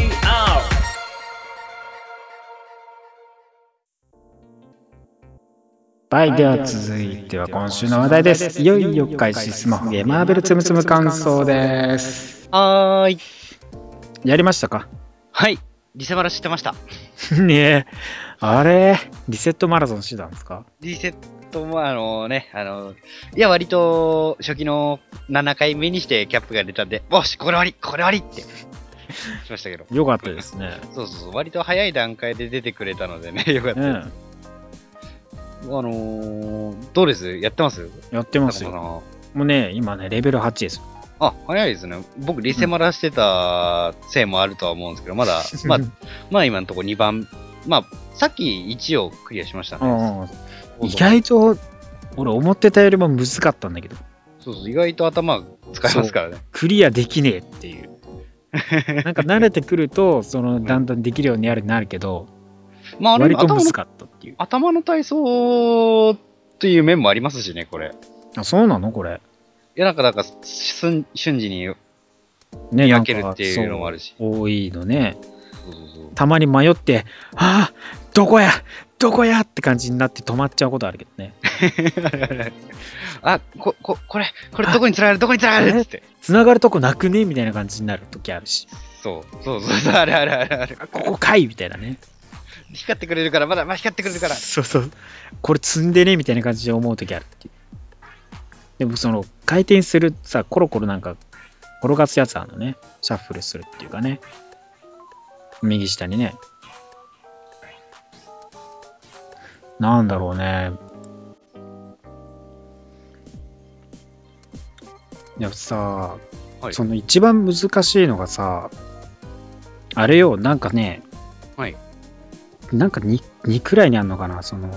はい、では続いては今週の話題です。いよいよ開始スマホゲーマーベルつむつむ感想です。はーい。やりましたかはい。リセマラ知ってました。 ねえ、あれ、リセットマラソンしてたんですかリセットも、あのね、あの、いや、割と、初期の7回目にしてキャップが出たんで、よし、これ終わり、これ終わりって、しましたけ ど。よかったです ね。そうそうそう、割と早い段階で出てくれたのでね、よかったうです。ん、あのー、どうですやってますやってますよ。よ。もうね、今ね、レベル8です。あ、早いですね。僕、リセマラしてたせいもあるとは思うんですけど、まだ、 まあ、まあ今のところ2番、まあ、さっき1をクリアしました ね。うん意外と、俺思ってたよりも難かったんだけど、そうそう、意外と頭使いますからね。クリアできねえって いう。なんか慣れてくると、その、だんだんできるようになるなるけど、まあ、あれ割と頭の難かったっていう。頭の体操っていう面もありますしね、これ。あ、そうなのこれ。いや、なんか、なんか、瞬瞬時にね、見な分んけるかっていうのもあるし。そう多いのね。そうそうそうたまに迷って、ああ、どこやどこやって感じになって止まっちゃうことあるけどね。 あ、こ、こ、これ、これどこにつながるどこにつながるっつって。繋がるとこなくねみたいな感じになる時あるし、そう、そうそうそう、あれあれあれあれ。あここかいみたいなね。光ってくれるから、まだ、まあ、光ってくれるから。そうそう。これ積んでねみたいな感じで思う時あるっていう。でもその回転するさ、コロコロなんか転がすやつあるのね。シャッフルするっていうかね。右下にね。なんだろうね。いやさ、はいその一番難しいのがさ、あれよ、なんかね、はいなんか 2, 2くらいにあんのかな、その、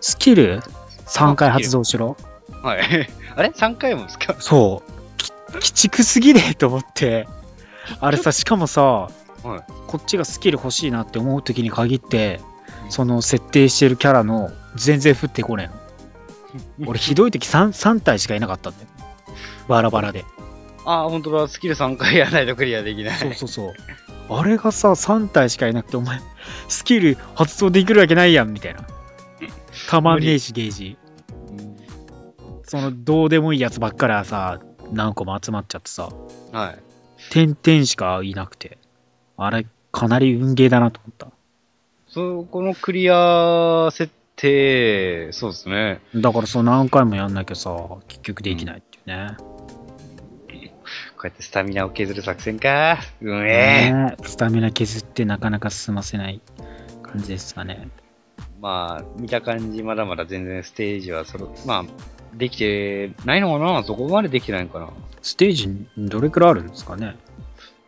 スキル3回発動しろ。はい。 あれ ?3 回もですかそう。き鬼畜すぎねえと思って。あれさ、しかもさ、はいこっちがスキル欲しいなって思う時に限って、その設定してるキャラの全然降ってこねえ の。俺、ひどい時 3, 3体しかいなかったんだよ。バラバラで。あ、本当だ。スキル3回やらないとクリアできなそうい。そうそう。あれがさ、3体しかいなくて、お前、スキル発動できるわけないやん、みたい な。たまんねえし、ゲージ。その、どうでもいいやつばっかりはさ、何個も集まっちゃってさ、はい。点々しかいなくて。あれ、かなり運ゲーだなと思った。そこのクリア設定、そうですね。だから、そう何回もやんなきゃさ、結局できないっていうね。こうやってスタミナを削る作戦か。うめえ。ねえスタミナ削ってなかなか進ませない感じですかね。まあ、見た感じ、まだまだ全然ステージはそろ、まあ、できてないのかなそこまでできてないのかなステージ、どれくらいあるんですかね。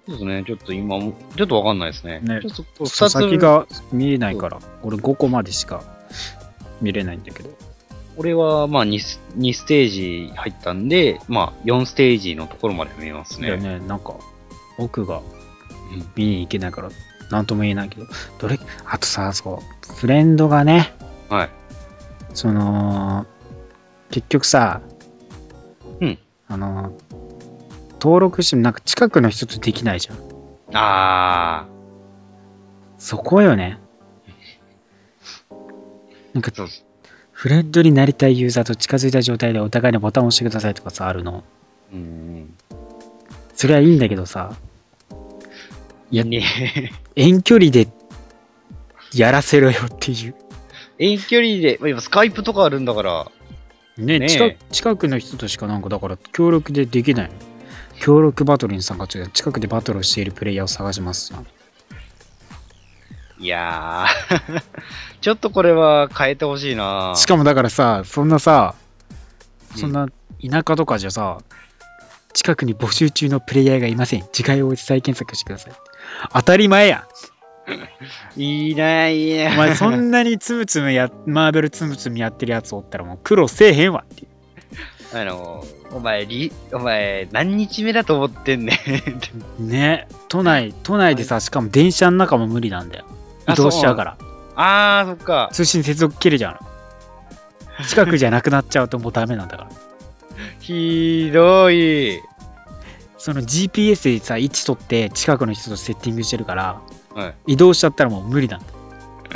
そうですね。ちょっと今も、ちょっとわかんないですね。ねちょっとこう佐々木二つ、が見えないから、俺5個までしか見れないんだけど。俺はまあ2ス、二ステージ入ったんで、まあ、4ステージのところまで見えますだよね。ね、なんか、奥が見に行けないから、なんとも言えないけど、どれ、あとさ、そう、フレンドがね、はい。その、結局さ、うんあの、登録してもなんか近くの人とできないじゃん。あそこよね。なんかー、、そうです。フレンドになりたいユーザーと近づいた状態でお互いのボタンを押してくださいとかさ、あるの。うんうん。それはいいんだけどさ、いや、ね 遠距離でやらせろよっていう。遠距離で、まあ今スカイプとかあるんだから、ねねえ近近くの人としかなんかだから協力でできない。協力バトルに参加中で近くでバトルをしているプレイヤーを探します。いや ー、ちょっとこれは変えてほしいなしかもだからさ、そんなさ、うんそんな田舎とかじゃさ、近くに募集中のプレイヤーがいません。次回を再検索してください。当たり前やいいね、いいおね。 前そんなにつむつむや、マーベルつむつむやってるやつおったらもう苦労せえへんわっていう。あの、お前、り、お前、何日目だと思ってんねん。ね都内、都内でさ、しかも電車の中も無理なんだよ。移あ動しちゃうから。 あー、そっか。通信接続切れちゃうの。近くじゃなくなっちゃうともうダメなんだから。ひどい。その GPS でさ、位置取って近くの人とセッティングしてるから、はい。移動しちゃったらもう無理なんだ。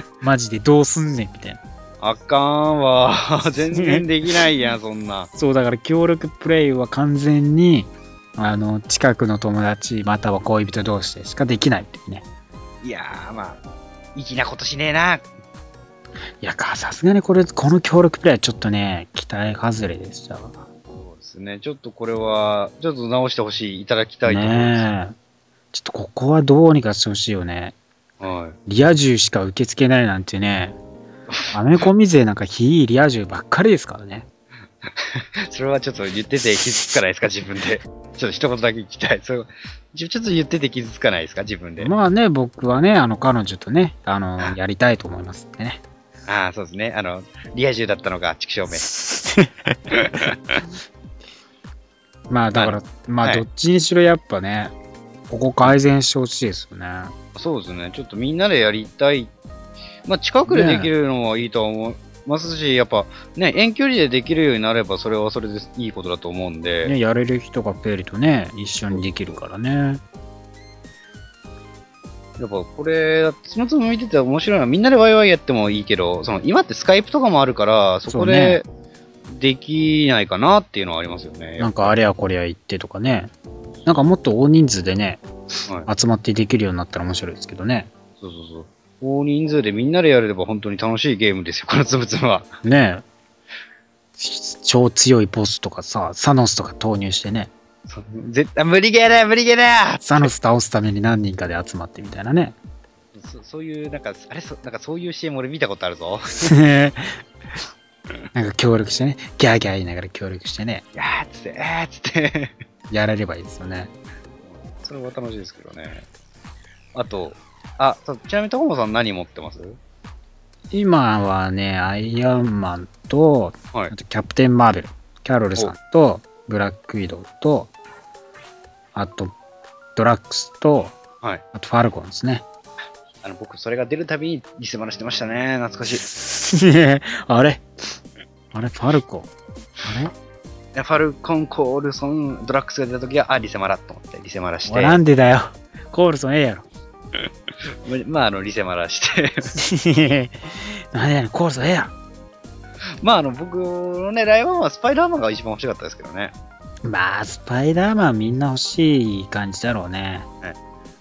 マジでどうすんねんみたいな。あかん わ。全然できないやん、そんな。そうだから協力プレイは完全にあの近くの友達または恋人同士でしかできないっていうねいやー、まあ、粋なことしねえな。いやかさすがにこれこの協力プレイはちょっとね期待外れでしたわそうですね。ちょっとこれは、ちょっと直してほしい、いただきたいと思いまねえちょっとここはどうにかしてほしいよねす。はい。リア充しか受け付けないなんてねアメコミ勢なんか非リア充ばっかりですからねそれはちょっと言ってて傷つかないですか、自分で。ちょっと一言だけ聞きたい。それちょちょっと言ってて傷つかないですか、自分で。まあね僕はねあの彼女とねあ のやりたいと思いますんでねああ、そうですね。あの、リア充だったのが、畜生め。まあだから、まあはいどっちにしろやっぱね、ここ改善してほしいですよね。そうですね。ちょっとみんなでやりたい。まあ、近くでできるのはいいとは思いますし、やっぱ、ね、遠距離でできるようになれば、それはそれでいいことだと思うんで。ねやれる人が増えるとね、一緒にできるからね。やっぱこれ、つむつむ見てて面白いのは、みんなでワイワイやってもいいけど、その今ってスカイプとかもあるから、そこでできないかなっていうのはありますよね。なんかあれやこれや言ってとかね。なんかもっと大人数でね、はい、集まってできるようになったら面白いですけどね。そうそうそう。大人数でみんなでやれれば本当に楽しいゲームですよ、このつむつむは。ねえ。超強いボスとかさ、サノスとか投入してね、そう絶対無理ゲーだ無理ゲーだサノス倒すために何人かで集まってみたいなね。そそういう、なんか、あれそ、なんかそういう CM 俺見たことあるぞ。 なんか協力してね、ギャーギャー言いながら協力してね、いやーっつって、えーっつって。やれればいいですよね。 それは楽しいですけどね。あと、あ、そうちなみに高本さん何持ってます今はね、アイアンマンと、はいあとキャプテン・マーベル、キャロルさんと、ブラック・ウィドウと、あと、ドラッグスと、はいあと、ファルコンですね。あの、僕、それが出るたびにリセマラしてましたね。懐かしい。 あれあれ、ファルコンあれファルコン、コールソン、ドラッグスが出た時は、あ、リセマラと思って、リセマラしおいて、なんでだよ。コールソンええやろ。 まあ、あの、リセマラして、 なんでやねん、コールソンええやまあ、あの、僕のね、ライバルはスパイダーマンが一番欲しかったですけどね。ろ。まあ、スパイダーマンみんな欲しい感じだろうね。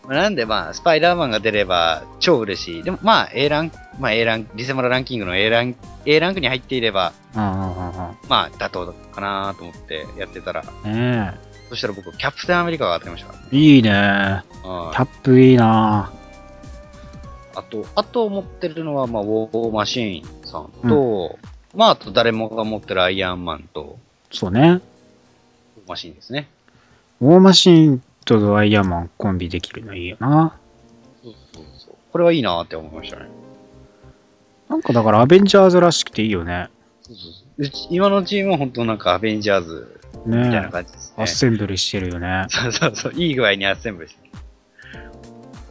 なんで、まあ、スパイダーマンが出れば超嬉しい。でも、まあ、A ランク、まあ、A ランク、リセマラランキングの A ランク、A ランクに入っていれば、うんうんうんうん。まあ、妥当かなと思ってやってたら、ねそしたら僕、キャプテンアメリカが当たりましたからねえ。いいね。あキャップいいなあと、あと持ってるのは、まあ、ウォーマシーンさんと、まあ、あと誰もが持ってるアイアンマンと、そうね。ウォーマシーンですね。ウォーマシンとドアイヤーマンコンビできるのいいよな。そうそうそう。これはいいなって思いましたね。なんかだからアベンジャーズらしくていいよね。そうそうそううち今のチームは本当なんかアベンジャーズみたいなねえ。感じですアッね。センブルしてるよね。そうそうそう。いい具合にアッセンブルして。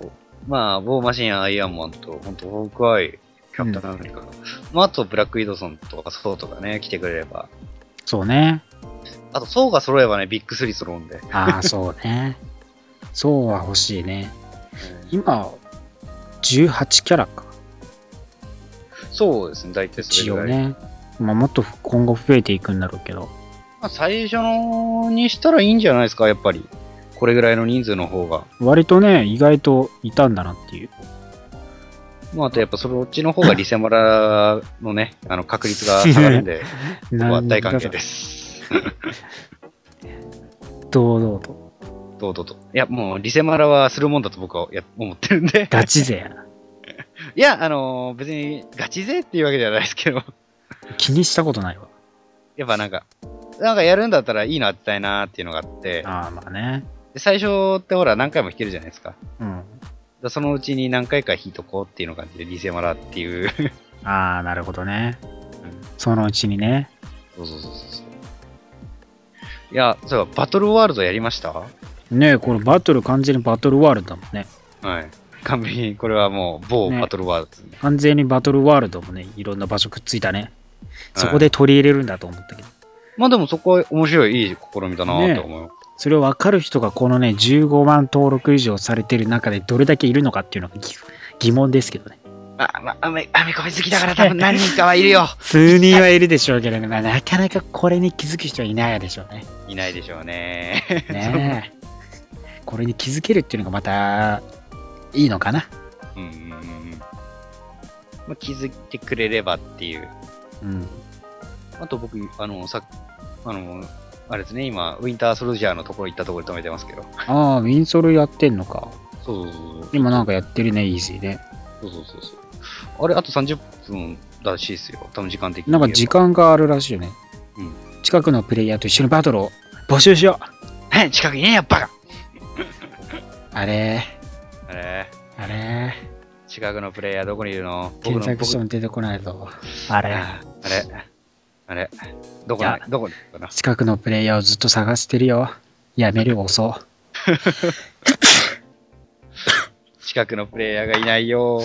おまあ、ウォーマシーン、アイアンマンと、本当ホークアイ、キャプテンアメリカ、まあ、あとブラックイドソンとかソウとかね、来てくれれば。そうね。あと、ソウが揃えばね、ビッグスリー揃うんで。ああ、そうね。そうは欲しいね。今、18キャラか。そうですね、大体それ一ぐら応い。ね。まあ、もっと今後増えていくんだろうけど。まあ、最初のにしたらいいんじゃないですか、やっぱり。これぐらいの人数の方が。割とね、意外といたんだなっていう。。まあ、あとやっぱそっちの方がリセマラのね、あの確率が上がるんで、ここは大歓迎ですす。堂々と。どうぞと。いや、もうリセマラはするもんだと僕はや思ってるんで。 ガチ勢やな。いや、あのー別にガチ勢っていうわけじゃないですけど、 気にしたことないわ。やっぱなんか、なんかやるんだったらいいのあったいなーっていうのがあって、ああ、まあね。で最初ってほら何回も弾けるじゃないですか。だかうん。らそのうちに何回か弾いとこうっていうのがあって、リセマラっ ていう。ああ、なるほどね。そのうちにね。そうそうそうそうそう。いや、そういえばバトルワールドやりましたはねえ、これバトル、完全にバトルワールドだもんね。い。完璧に、これはもう某ねバトルワールドですね。完全にバトルワールドもね、いろんな場所くっついたね。そこはい。で取り入れるんだと思ったけど。まあでもそこは面白い、いい試みだなーと思う。それを分かる人がこのね、15万登録以上されてる中でどれだけいるのかっていうのが疑疑問ですけどね。あ、まあ、アメ、アメコミ好きだから多分何人かはい るよ。数人はいるでしょうけどね、まあ、なかなかこれに気づく人はいないでしょうね。いないでしょうね。ねえ。これに気づけるっていうのがまたいいのかな。うんうんうんうん。まあ、気づいてくれればっていう。うん。あと僕、あの、さあの、あれですね、今、ウィンターソルジャーのところ行ったところで止めてますけど。ああ、ウィンソルやってんのか。そうそうそうそう。今なんかやってるね、イージーで。そうそうそうそう。あれ、あと30分らしいですよ。多分時間的に。なんか時。間があるらしいよね。うん近くのプレイヤーと一緒にバトルを募集しよう。え、近くにねえや、バカあれあれあれ近くのプレイヤーどこにいるの僕検の索しても出てこないぞ。あ僕れああれあれどこないいどこにいるかな近くのプレイヤーをずっと探してるよ。やめる遅。近くのプレイヤーがいないよ。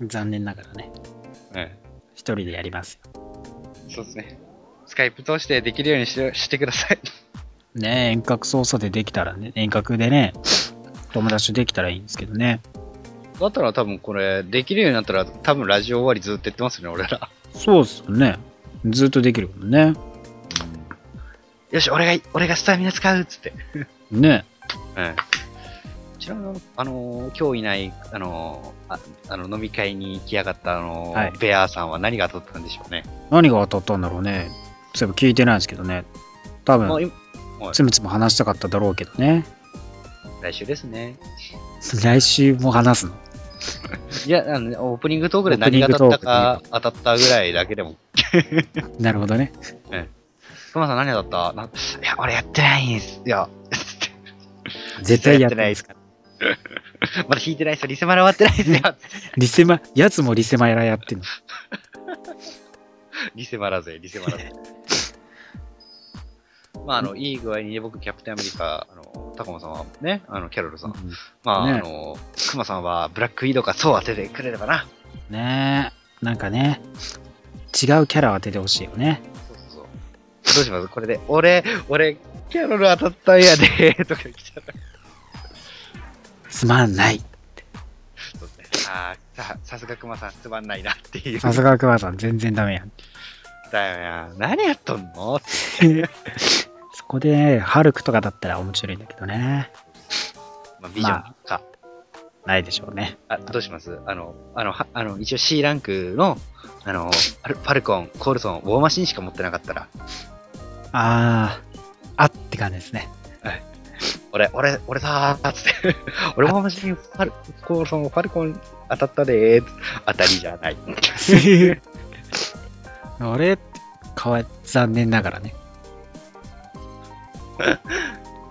残念ながらね。うん。一人でやりますよ。そうですね。スカイプ通してできるようにしてしてください。ねえ遠隔操作でできたらね、遠隔でね、友達とできたらいいんですけどね。 だったら多分これ、できるようになったら多分ラジオ終わりずっとやってますよね、俺ら。そうっすよね。ずっとできるもんね。よし、俺が、俺がスタミナ使うっつって。ねうん。ちなみに、あのー今日いない、あのーああの飲み会に来やがった、あのーはいベアーさんは何が当たったんでしょうね。何が当たったんだろうね。そういえば聞いてないですけどね。多もう分、今つむつむ話したかっただろうけどね。 来週ですね。来週も話すの。いや、あのオープニングトークでオープ何ニンがグ当たったトーか、当たったぐらいだけでも。なるほどね。トマさん何当たったないや、俺やってないんすよ。絶対やってないです から。まだ弾いてないっすよ。リ セマラ終わってないっすよ。 リセマ、やつもリセマやらやってんの。リセマラ勢、リセマラ勢。まあ、あの、いい具合にね、僕、キャプテンアメリカ、あの、タコマさんはね、あの、キャロルさん。まあ、ねあの、クマさんは、ブラックウィードか、そう当ててくれればな。ねえ、なんかね、違うキャラを当ててほしいよね。そうそうそう。どうしますこれで、俺、俺、キャロル当たったんやで、とか来ちゃった。すまんない。そうですねあーさ、さすがクマさん、つまんないなっていう。さすがクワさん、全然ダメやん。 だよな。何やっとんのそこで、ね、ハルクとかだったら面白いんだけどね。まあ、ビジョンか。ないでしょうね。あ、どうしますあの、あの、はあの、一応 C ランクの、あの、パルパルコン、コールソン、ウォーマシンしか持ってなかったら、あー、あって感じですね。俺、俺、俺さーっつって、 俺ウォーマシン、パルコールソン、パルコン当たったでー当たりじゃない。 あれかわい、残念ながらね。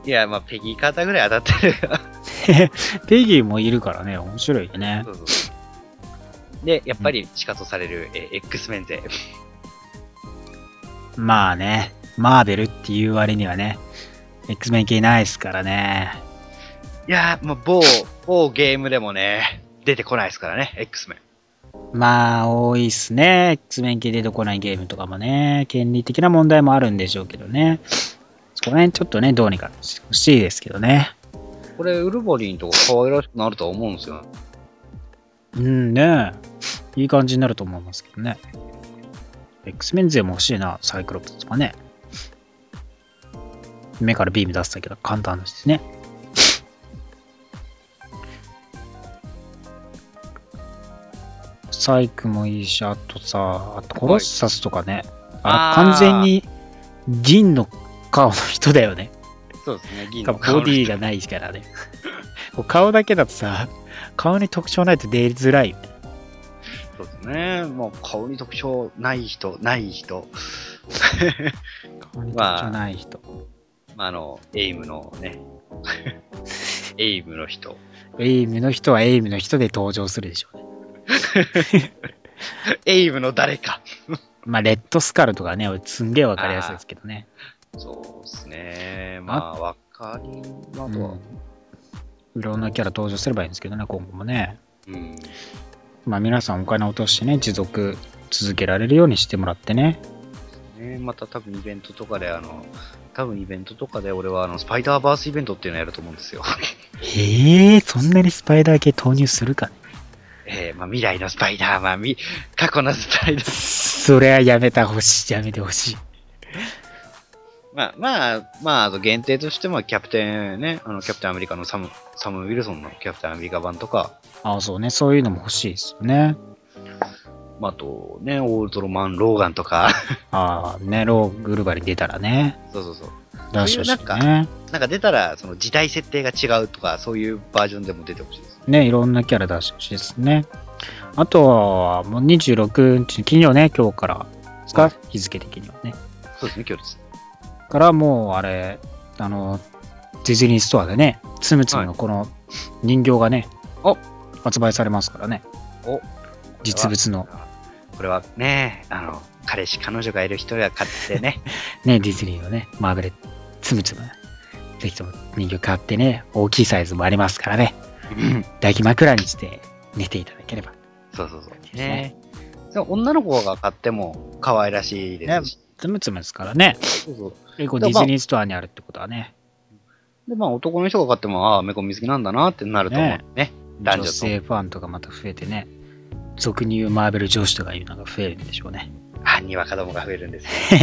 いや、まあ、ペギーカーターぐらい当たってる。ペギーもいるからね、面白いよね そ。うそうそうで、やっぱり、シカとされる、えー X メン勢。まあね、マーベルっていう割にはね、X メン系ないですからね。いやー、もう、某、某ゲームでもね、出てこないですからね、X メン。まあ、多いっすね。X 面系出てこないゲームとかもね、権利的な問題もあるんでしょうけどね。そこら辺ちょっとね、どうにかしてほしいですけどね。これ、ウルボリンとか可愛らしくなるとは思うんですよ。うんね、いい感じになると思いますけどね。X メン勢も欲しいな、サイクロプスとかね。目からビーム出すだけだ簡単ですしね。サイクもいいし、あとさ、あとコロッサスとかね。ああー完全に銀の顔の人だよね。そうですね、銀しかのもボ顔のディがないから ね。こう顔だけだとさ、顔に特徴ないと出づらいよねそうですね。もう顔に特徴ない人、ない人。顔に特徴ない人。まあ、あの、エイムのね。エイムの人。エイムの人はエイムの人で登場するでしょうね。エイムの誰か。まあ、レッドスカルとかね、すんげえわかりやすいですけどね。そうですね。まあ、わかり、まあ、あとは、うんいろんなキャラ登場すればいいんですけどね、今後もね。うん。まあ、皆さんお金を落としてね、持続続けられるようにしてもらってね。ね、また多分イベントとかで、あの、多分イベントとかで俺はあの、スパイダーバースイベントっていうのをやると思う んですよ。へえ、そんなにスパイダー系投入するかね。えー、まあ未来のスパイダーマン、み過去のスパイダー それはやめたほしい、やめてほしい。まあ、まあ、まあ、あと限定としても、キャプテンね、あの、キャプテンアメリカのサム、サム・ウィルソンのキャプテンアメリカ版とか、ああ、そうね、そういうのも欲しいですよね。まあ、あとね、オールトロマン・ローガンとか、 ああ、ね、ローグルバリン出たらね、そうそうそう。出してほしいそういうね。なんか出たら、その時代設定が違うとか、そういうバージョンでも出てほしいです。ね、いろんなキャラ出してほしいですね。あとは、もう26日、金曜ね、今日からですか、はい日付的にはね。そうですね、今日です。からもう、あれ、あの、ディズニーストアでね、つむつむのこの人形がね、お発売されますからね。お実物の、これはね、あの、彼氏、彼女がいる人が買ってね、 ね、ディズニーのね、マーベレット、つむつむ。ぜひとも人形買ってね、大きいサイズもありますからね。抱き枕にして寝ていただければ。そうそうそう。ねね。でも女の子が買っても可愛らしいですし。つむつむですからね。そうそう結構ディズニーストアにあるってことはね、で、まあ男の人が買っても、ああ、メコミ好きなんだなってなると思うね。男女女と性ファンとかまた増えてね、俗に言うマーベル女子とかいうのが増えるんでしょうね。 あ、にわかどもが増えるんですよ。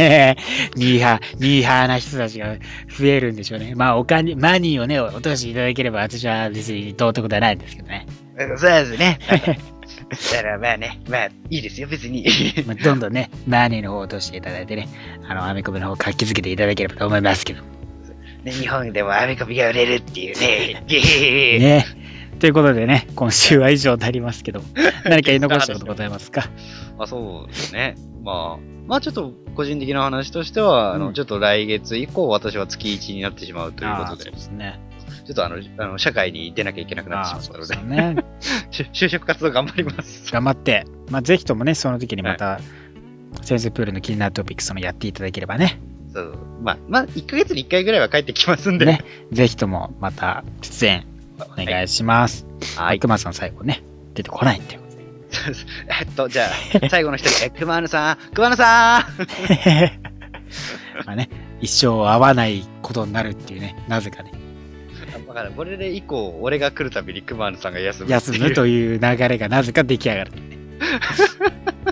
ミーハー、ミーハーな人たちが増えるんでしょうね。まあ、お金、マニーをね、落としていただければ、私は別に道徳ではないんですけどね。そうですね。だからまあね、まあいいですよ、別 に。まあ、どんどんね、マニーの方を落としていただいてね、あの、アメコミの方を活気づけていただければと思いますけど。ね日本でもアメコミが売れるっていうね。ゲ ーね。ということでね、今週は以上になりますけど、何か言い残したことござい ますかまあそうですね。まあ、まあちょっと個人的な話としては、あうんの、ちょっと来月以降私は月1になってしまうというあこあとそでう、ですね。ちょっとあの、あの社会に出なきゃいけなくなってしあまあ、っそたうのでで、すね。就就職活動頑張ります。頑張って、まあ、ぜひともね、その時にまた、先生プールの気になるトピックスもやっていただければね、そうまあ、まあ、1ヶ月に1回ぐらいは帰ってきますんで。ねぜひともまた出演お願いします。ははいい、。熊さん最後ね、出てこないっていうことで。えっと、じゃあ、最後の一人、え熊野さん、 熊野さん まあね、一生会わないことになるっていうね、なぜかね、だからんこれで以降、俺が来るたびに熊野さんが休むって休いう。むという流れがなぜか出来上がる、ね。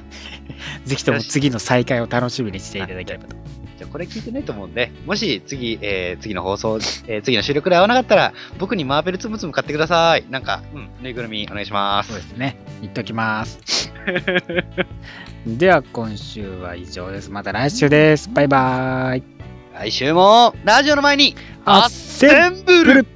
ぜひとも次の再会を楽しみにしていただければと。じゃあこれ聞いてないと思うんで、もし次、えー次の放送、えー次の収録で合わなかったら、僕にマーベルつむつむ買ってください。なんか、うん、ぬいぐるみお願いしまそうすで。すね、言っときます。 では、今週は以上です。また来週です。バイバーイ。来週も、ラジオの前に、ああっっせせんんぶぶるる